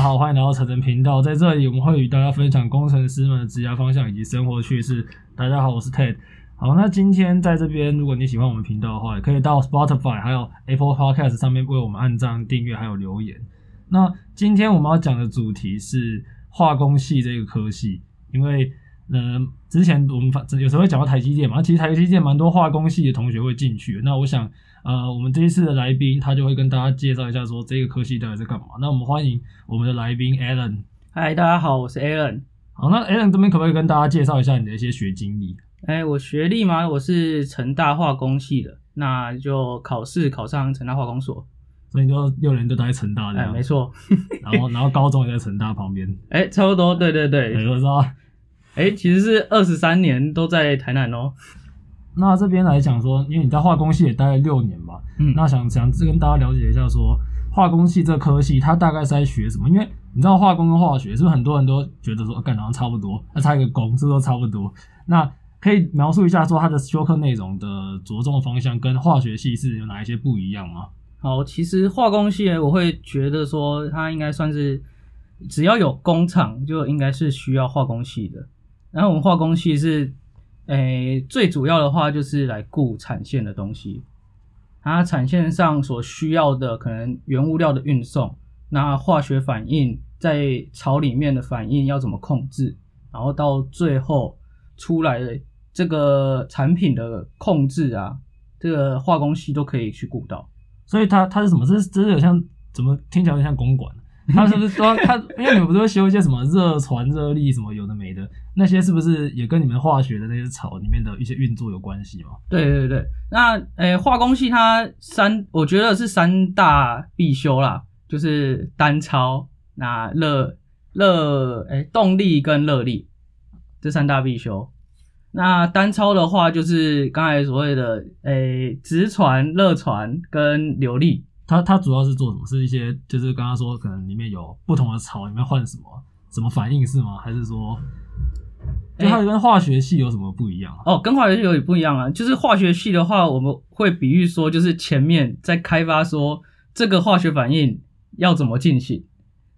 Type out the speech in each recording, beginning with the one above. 好，欢迎来到成人频道，在这里我们会与大家分享工程师们的职业方向以及生活趣事。大家好，我是 Ted。好，那今天在这边，如果你喜欢我们频道的话，也可以到 Spotify 还有 Apple Podcast 上面为我们按赞、订阅还有留言。那今天我们要讲的主题是化工系这个科系，因为呃，之前我们反有时候会讲到台积电嘛，其实台积电蛮多化工系的同学会进去的。那我想呃，我们这一次的来宾他就会跟大家介绍一下，说这个科系到底在干嘛。那我们欢迎我们的来宾 Alan。嗨，大家好，我是 Alan。好，那 Alan 这边可不可以跟大家介绍一下你的一些学经历？哎、我学历嘛，我是成大化工系的，那就考试考上成大化工所。所以你就六年都待在成大这哎、样，没错。 然后然后高中也在成大旁边，哎、差不多，对对对，对。我知道。哎、其实是二十三年都在台南哦。那这边来讲说，因为你在化工系也待了六年吧，嗯，那想想跟大家了解一下说，化工系这科系它大概是在学什么？因为你知道化工跟化学是不是很多人都觉得说，啊干、好像差不多，那、差一个工是不是都差不多？那可以描述一下说它的修课内容的着重方向跟化学系是有哪一些不一样吗？好，其实化工系呢我会觉得说，它应该算是只要有工厂，就应该是需要化工系的。然后我们化工系是，诶、最主要的话就是来顾产线的东西，它产线上所需要的可能原物料的运送，那化学反应在槽里面的反应要怎么控制，然后到最后出来的这个产品的控制啊，这个化工系都可以去顾到。所以它它是什么？这是这是有像怎么听起来有点像公馆？它是不是说它？因为你们不是会修一些什么热传热力什么有的没的，那些是不是也跟你们化学的那些槽里面的一些运作有关系吗？对对对，那诶、化工系它三，我觉得是三大必修啦，就是单超、那热热诶、动力跟热力这三大必修。那单超的话，就是刚才所谓的诶、直传、热传跟流力。它它主要是做什么？是一些就是刚刚说可能里面有不同的槽，里面换什么什么反应是吗？还是说，就它跟化学系有什么不一样啊？哦，跟化学系有点不一样啊，就是化学系的话，我们会比喻说，就是前面在开发说这个化学反应要怎么进行。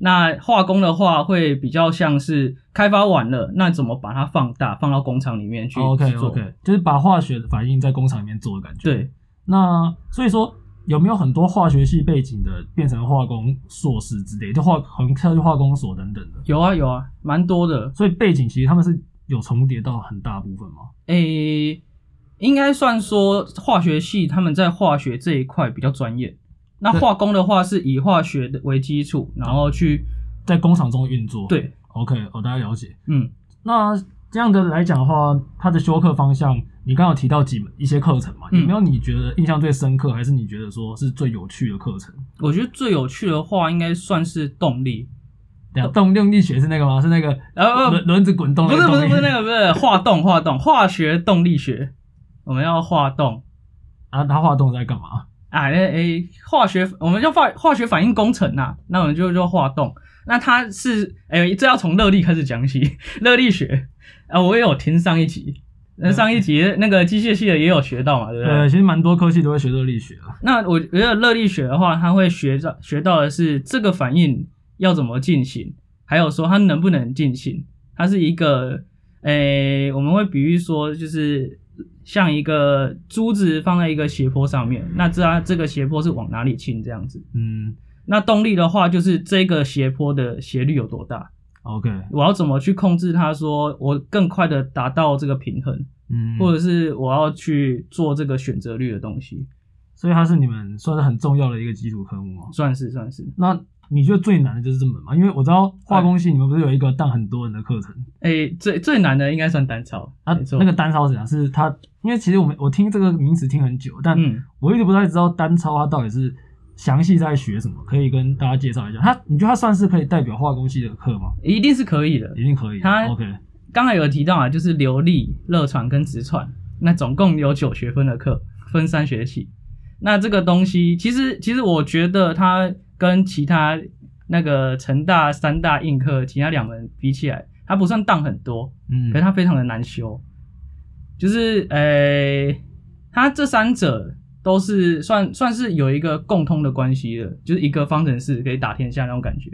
那化工的话，会比较像是开发完了，那怎么把它放大，放到工厂里面去、哦 OK 去做 OK，就是把化学的反应在工厂里面做的感觉。，对，那所以说有没有很多化学系背景的变成化工硕士之类，就化很跳去化工所等等的？有啊有啊，蛮多的。所以背景其实他们是有重叠到很大部分吗？诶、应该算说化学系他们在化学这一块比较专业。那对化工的话，是以化学的为基础，然后去在工厂中运作。对， ，OK，哦，大家了解。嗯，那这样的来讲的话，它的修课方向，你刚刚有提到几门一些课程嘛？有嗯没有你觉得印象最深刻，还是你觉得说是最有趣的课程？我觉得最有趣的话，应该算是动力。对啊，动动力学是那个吗？是那个呃，轮轮子滚动不那个是动不力？是不是那个不是化动化动化学动力学，我们要化动啊，它化动在干嘛？啊，那诶、化学我们叫化化学反应工程呐、那我们就叫化动。那它是诶、这要从热力开始讲起， 热力学啊，我也有听上一集，那上一集嗯那个机械系的也有学到嘛，对不对？呃，其实蛮多科系都会学热力学啊。那我觉得热力学的话，它会学到学到的是这个反应要怎么进行，还有说它能不能进行。它是一个，诶、我们会比喻说，就是像一个珠子放在一个斜坡上面，那知道这个斜坡是往哪里倾这样子。嗯那动力的话，就是这个斜坡的斜率有多大， ，OK，我要怎么去控制它说我更快的达到这个平衡，嗯，或者是我要去做这个选择率的东西，所以它是你们算是很重要的一个基础科目哦。算是算是。那你觉得最难的就是这门嘛？因为我知道化工系你们不是有一个但很多人的课程，诶、哎最最难的应该算单超，啊没，错，那个单超是怎样？是它，因为其实我们我听这个名词听很久，但嗯，我一直不太知道单超它到底是详细在学什么，可以跟大家介绍一下。它，你觉得它算是可以代表化工系的课吗？一定是可以的一。定可以。它 OK，刚才有提到啊，就是流力、热传跟直传，那总共有九学分的课，分三学期。那这个东西，其实其实我觉得它跟其他那个成大三大硬课其他两门比起来，它不算当很多，嗯可是，它非常的难修。就是诶、它这三者都是算算是有一个共通的关系的，就是一个方程式可以打天下那种感觉。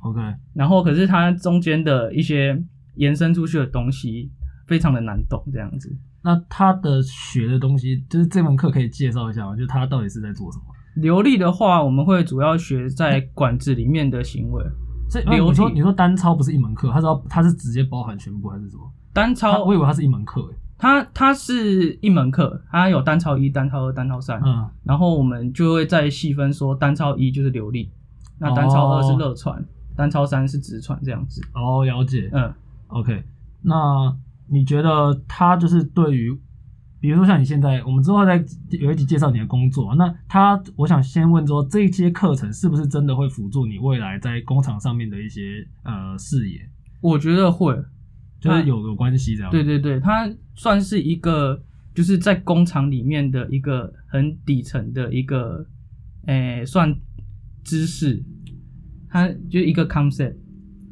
OK，然后可是它中间的一些延伸出去的东西非常的难懂，这样子。那他的学的东西，就是这门课可以介绍一下吗？就是他到底是在做什么？流利的话，我们会主要学在管子里面的行为。所以呃流你说体你说单操不是一门课，他是要他是直接包含全部还是什么？他单操我以为他是一门课诶。欸它它是一门课，它有单操一、单操二、单操三，嗯，然后我们就会再细分说，单操一就是流利，那单操二哦是热传，单操三是直传这样子。哦，了解。嗯， OK，那你觉得他就是对于，比如说像你现在，我们之后再有一集介绍你的工作，那他，我想先问说，这些课程是不是真的会辅助你未来在工厂上面的一些呃视野，我觉得会，就是有有关系这样？对，对对，它算是一个就是在工厂里面的一个很底层的一个，诶、算知识，它就是一个 concept。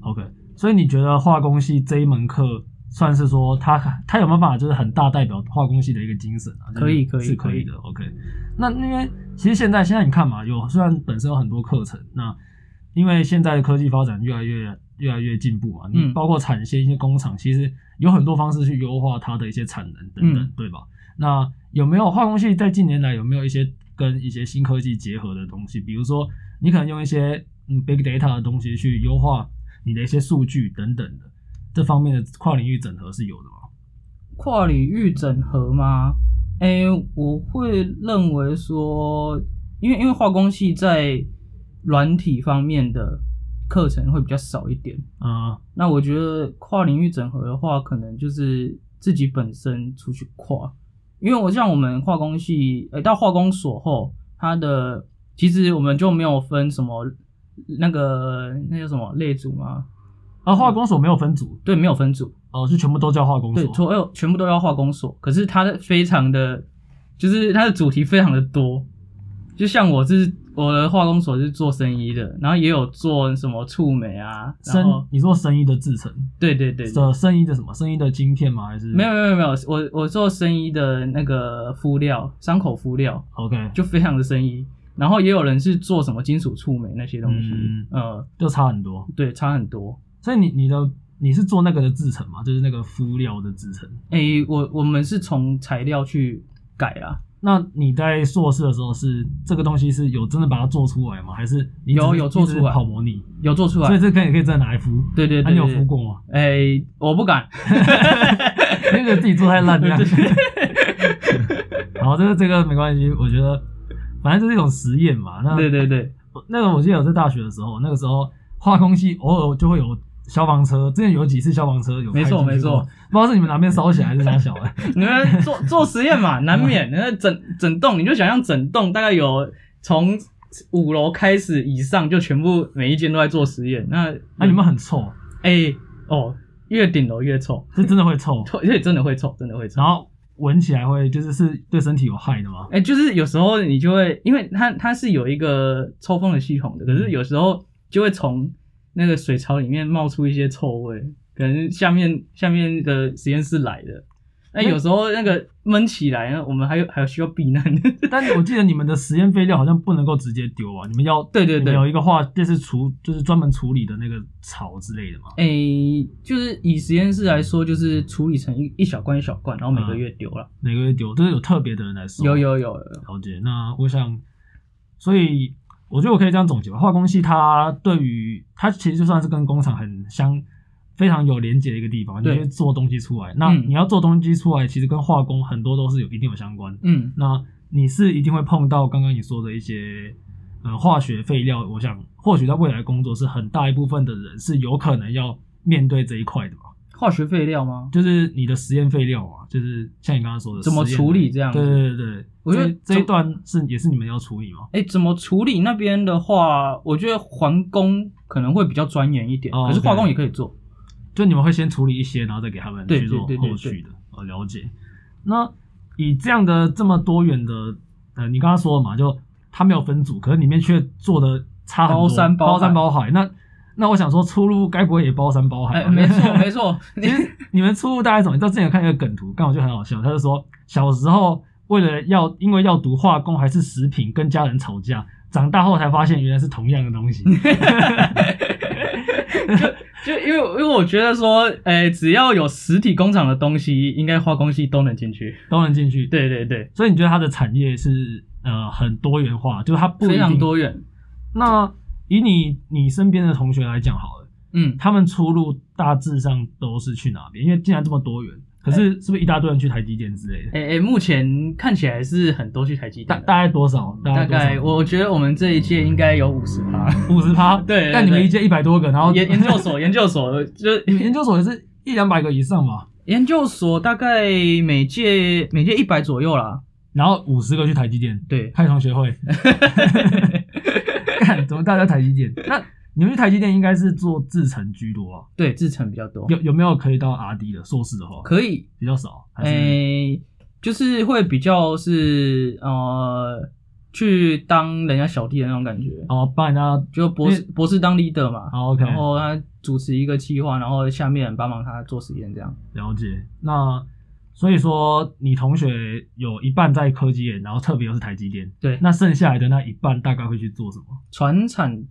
OK，所以你觉得化工系这一门课算是说它它有没有办法就是很大代表化工系的一个精神啊？可以就是可是可以以的。OK，那因为其实现在现在你看嘛，有虽然本身有很多课程，那因为现在的科技发展越来越越来越进步嘛，你嗯包括产线一些工厂，其实有很多方式去优化它的一些产能等等，嗯对吧？那有没有化工系在近年来有没有一些跟一些新科技结合的东西？比如说，你可能用一些嗯 big data 的东西去优化你的一些数据等等的，这方面的跨领域整合是有的吗？跨领域整合吗？诶、我会认为说，因为因为化工系在软体方面的课程会比较少一点。呃，那我觉得跨领域整合的话，可能就是自己本身出去跨，因为我像我们化工系，诶、到化工所后，它的其实我们就没有分什么那个那叫什么类组吗？啊，化工所没有分组，对，没有分组，哦、是全部都叫化工对，所。所有全部都要化工所，可是它的非常的，就是它的主题非常的多，就像我是我的化工所是做生医的，然后也有做什么触媒啊，然后生，你做生意的制成，对对对，对呃，生意的什么？生意的晶片吗？还是没有没有没有，我我做生医的那个敷料，伤口敷料？OK，就非常的生医，然后也有人是做什么金属触媒那些东西，嗯呃，就差很多。对，差很多。所以你你的你是做那个的制成嘛？就是那个敷料的制成。诶、我我们是从材料去改啦，那你在硕士的时候是这个东西是有真的把它做出来吗？还是你有只是有做你只是出来跑模拟？有做出来所以，这个也可以再拿来敷。对对那、对你对有对敷过吗？ 哎、我不敢。。因为觉得自己做太烂这样对 好，这个这个没关系，我觉得反正就是一种实验嘛。那 对对对，那个我记得我在大学的时候，那个时候化工系偶尔就会有消防车，之前有几次消防车有开没错进去没错过，不知道是你们哪边烧起来还是哪小的。 你们做做实验嘛，难嗯免。那整整栋，你就想象整栋大概有从五楼开始以上，就全部每一间都在做实验。那那、啊你们很臭，哎、哦，越顶楼越臭，是真的会 臭，臭，而且真的会臭，真的会臭然。后闻起来会就是是对身体有害的吗？哎、就是有时候你就会，因为它它是有一个抽风的系统的，可是有时候就会从那个水槽里面冒出一些臭味，可能下面下面的实验室来的。哎那有时候那个闷起来，那我们还有还有需要避难。 但我记得你们的实验废料好像不能够直接丢啊，你们要对对你们对，有一个化就是处就是专门处理的那个槽之类的嘛。诶、哎就是以实验室来说，就是处理成一一小罐一小罐，然后每啊个月丢了、每个月丢，就是有特别的人来收。啊有有有有，了解。那我想，所以我觉得我可以这样总结吧：化工系它对于它其实就算是跟工厂很相非常有连接的一个地方，你对去做东西出来。那嗯你要做东西出来，其实跟化工很多都是有一定有相关。嗯，那你是一定会碰到刚刚你说的一些呃化学废料，我想或许在未来工作是很大一部分的人是有可能要面对这一块的嘛，化学废料吗？就是你的实验废料嘛，就是像你刚刚说的怎么实验的处理这样子对对对对，我觉得这这一怎段是也是你们要处理吗？哎、怎么处理那边的话，我觉得环工可能会比较钻研一点，哦可是 OK 化工也可以做。就你们会先处理一些，然后再给他们对去做对对对后续的呃了解。那以这样的这么多元的呃，你刚刚说了嘛，就他没有分组，可是里面却做的差很多，包山包海包山包海。那那我想说，出入该不会也包山包海哎、吧？没错没错，其实 你们出入大概怎么？你知道之前有看一个梗图，刚好就很好笑，他就说小时候为了要因为要读化工还是食 品跟家人吵架，长大后才发现原来是同样的东西。就因为因为我觉得说，诶、只要有实体工厂的东西，应该化工系都能进去。都能进去。，对对对，所以你觉得它的产业是呃很多元化，就是它不一非常定。多元。那以你你身边的同学来讲好了，嗯，他们出路大致上都是去哪边？因为既然这么多元，可是是不是一大堆人去台积电之类的？诶、诶、哎目前看起来是很多去台积大电的，大概多少？大大概多少嗯概我觉得我们这一届应该有五十趴。五十趴。对 对但你们对一届一百多个，然后研研究所，研究 所就你们研究所也是一两百个以上嘛，研究所大概每届每届一百左右啦。然后五十个去台积电对，开同学 会， 看怎么大家台积电？那你们去台积电应该是做制程居多啊？对，制成比较多，有有没有可以到 R D 的硕士的话，可以，比较少，还是、诶、就是会比较是呃，去当人家小弟的那种感觉，哦帮人家就博士因哦博士当 leader 嘛，好 OK 然后他主持一个计划，然后下面人帮忙他做实验这样。了解？那所以说你同学有一半在科技业，然后特别又是台积电，对，那剩下来的那一半大概会去做什么？船产，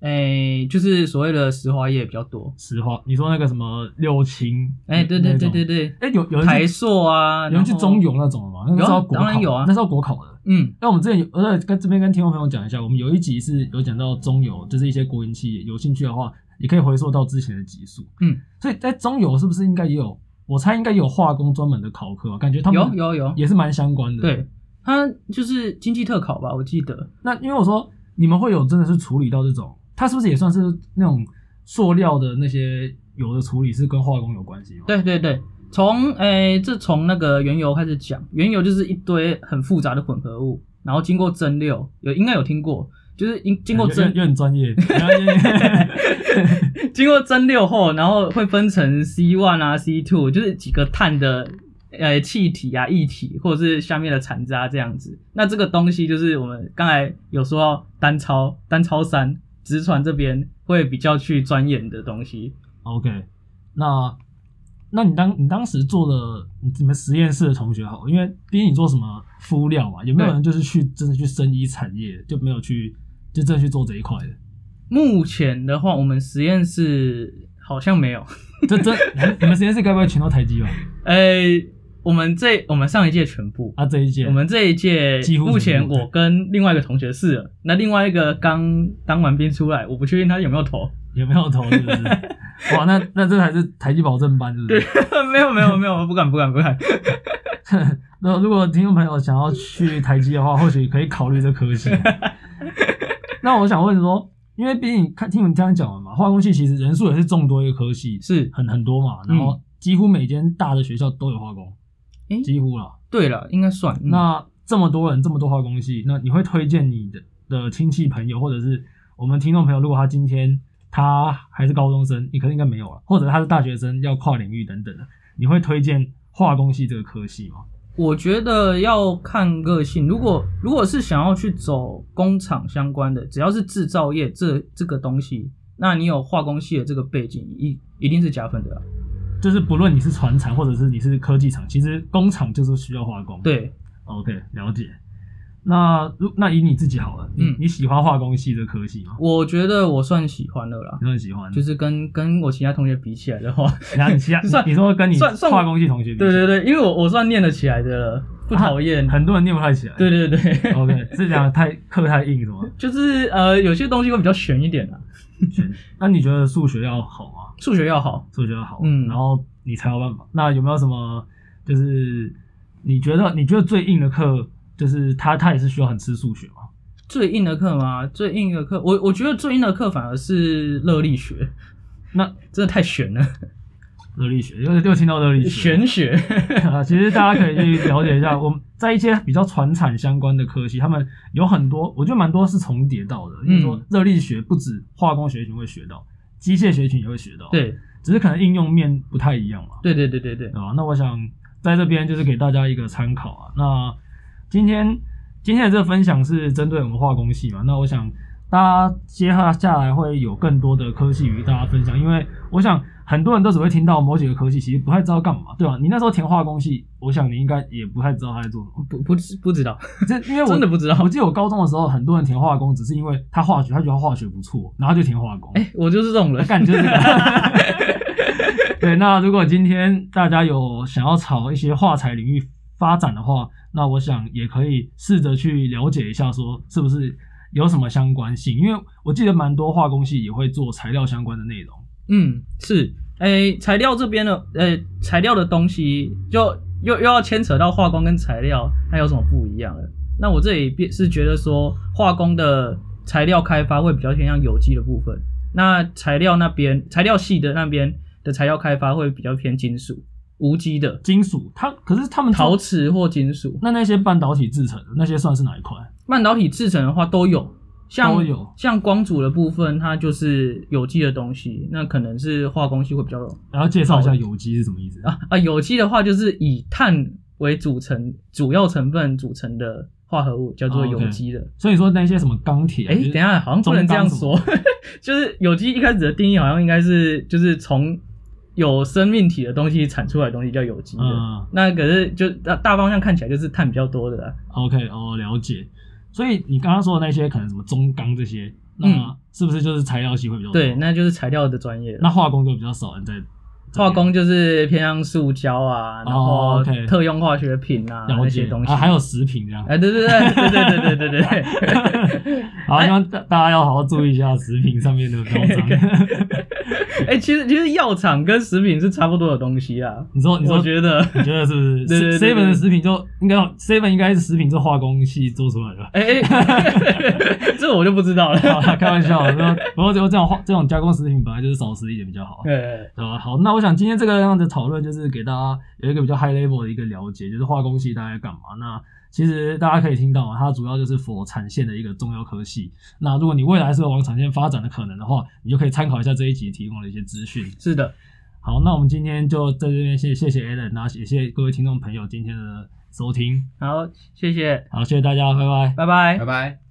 诶、就是所谓的石化业比较多。石化，你说那个什么六轻？哎、对对对对对，对，哎、嗯有有人台去塑啊，有人去然后中游那种的吗？那个时有候啊国考当然有啊那时候国考的。嗯，那我们之前有，呃，跟这边跟听众朋友讲一下，我们有一集是有讲到中油，就是一些国营企业，有兴趣的话，也可以回溯到之前的集数。嗯，所以在中油是不是应该也有？我猜应该也有化工专门的考科、啊，感觉他们有有有，也是蛮相关的。，对，他就是经济特考吧，我记得。那因为我说你们会有真的是处理到这种，它是不是也算是那种塑料的那些油的处理是跟化工有关系吗？对对对，从诶、这从那个原油开始讲，原油就是一堆很复杂的混合物，然后经过蒸馏，有应该有听过，就是经经过有，蒸有有很专业。 了解经过蒸馏后，然后会分成 C one 啊、C two，就是几个碳的呃气体啊、液体，或者是下面的残渣这样子。那这个东西就是我们刚才有说到单超、单超三、直船这边会比较去钻研的东西。 OK，那那你当你当时做的你你们实验室的同学好，因为毕竟你做什么敷料嘛，有没有对人就是去真的去生医产业就没有去就真的去做这一块的？目前的话，我们实验室好像没有。 这这你们你们实验室该不会全都台积吧？呃，我们这我们上一届全部，啊，这一届我们这一届几乎全部目前我跟另外一个同学是了，那另外一个刚当完兵出来，我不确定他有没有投。 有没有投？是不是？哇，那那这才是台积保证班，是不对是？，没有没有没有，不敢不敢不敢。那如果听众朋友想要去台积的话，或许可以考虑这科 系。那我想问说，因为毕竟看听你这样讲完嘛，化工系其实人数也是众多一个科系，是，很很多嘛，然嗯后几乎每间大的学校都有化工，诶几乎啦。对了，应该算。嗯那这么多人，这么多化工系，那你会推荐你的的亲戚朋友，或者是我们听众朋友，如果他今天他还是高中生，你可能应该没有了，或者他是大学生要跨领域等等的，你会推荐化工系这个科系吗？我觉得要看个性。如果如果是想要去走工厂相关的，只要是制造业这这个东西，那你有化工系的这个背景，一一定是加分的啦。就是不论你是船厂，或者是你是科技厂，其实工厂就是需要化工。对， ，OK，了解。那如那以你自己好了，你、嗯你喜欢化工系这个科系吗？我觉得我算喜欢的啦。你很喜欢，就是跟跟我其他同学比起来的话，嗯 然后你其他 算你你说跟你算算化工系同学比起来，啊对对对，因为我我算念得起来的了，不讨厌。很哦多人念不太起来。对对对， ，OK，是讲太课太硬是吗？ 就是呃，有些东西会比较悬一点啦，啊那你觉得数学要好吗？数学要好。数学要好，嗯然后你才有办法。那有没有什么就是你觉得你觉得最硬的课，就是它它也是需要很吃数学吗？最硬的课吗？最硬的课，我我觉得最硬的课反而是热力学，那真的太悬了，热力学，又又听到热力学。玄学。 啊，其实大家可以去了解一下，我们在一些比较传产相关的科系，他们有很多，我觉得蛮多是重叠到的。因为说嗯热力学不止化工学群会学到，机械学群也会学到，， 对只是可能应用面不太一样嘛。对对对对对，对吧？那我想在这边就是给大家一个参考啊。那今天今天的这个分享是针对我们化工系嘛？那我想大家接下下来会有更多的科系与大家分享，因为我想很多人都只会听到某几个科系，其实不太知道干嘛，对吧？你那时候填化工系，我想你应该也不太知道他在做什么。 不不不知道，这因为我真的不知道我记得我高中的时候，很多人填化工，只是因为他化学，他觉得他化学不错，然后他就填化工。哎、我就是这种 人，感觉、就是这 个 对，那如果今天大家有想要朝一些画材领域发展的话，那我想也可以试着去了解一下，说是不是有什么相关性？因为我记得蛮多化工系也会做材料相关的内容。嗯，是，哎、材料这边的，呃、材料的东西就又又要牵扯到化工跟材料，它有什么不一样了？那我这里便是觉得说，化工的材料开发会比较偏向有机的部分，那材料那边材料系的那边的材料开发会比较偏金属、无机的金属，它可是他们做陶瓷或金属。那那些半导体制成的那些算是哪一块？半导体制成的话都有，像都有像光阻的部分，它就是有机的东西，那可能是化工系会比较有然后介绍一下有机是什么意思？啊啊，有机的话就是以碳为组成主要成分组成的化合物，叫做哦，OK 有机的。所以说那些什么钢铁、啊，哎、就是等一下，好像不能这样说， 就是有机一开始的定义好像应该是就是从有生命体的东西产出来的东西叫有机的。嗯那可是就大大方向看起来就是碳比较多的啦， ，OK，哦，了解。所以你刚刚说的那些可能什么中钢这些，那嗯是不是就是材料系会比较多？对，，那就是材料的专业了。哦那化工就比较少人在化工就是偏向塑胶啊，然哦后，OK 特用化学品了啊、那解些东西，啊，还有食品这样。哎，对对对对对对对对 对好，希望大大家要好好注意一下食品上面的标 章。对， 哎，其实其实药厂跟食品是差不多的东西啊， 你说，你说，我觉得，你觉得是不是对对对对 seven 的食品就应该 seven 应该是食品是化工系做出来的吧？ 哎哎， 这我就不知道了。好啦开玩笑的，那不过这这种化这种加工食品本来就是少吃一点比较好。 对，对吧？好，那我想今天这个样的讨论就是给大家有一个比较 high level 的一个了解，就是化工系大概干嘛。那其实大家可以听到啊，它主要就是否产线的一个重要科系。那如果你未来是有往产线发展的可能的话，你就可以参考一下这一集提供的一些资讯。是的，好，那我们今天就在这边谢谢谢 Alan，那也谢谢各位听众朋友今天的收听。好，谢谢，好，谢谢大家，拜拜。拜拜拜。拜。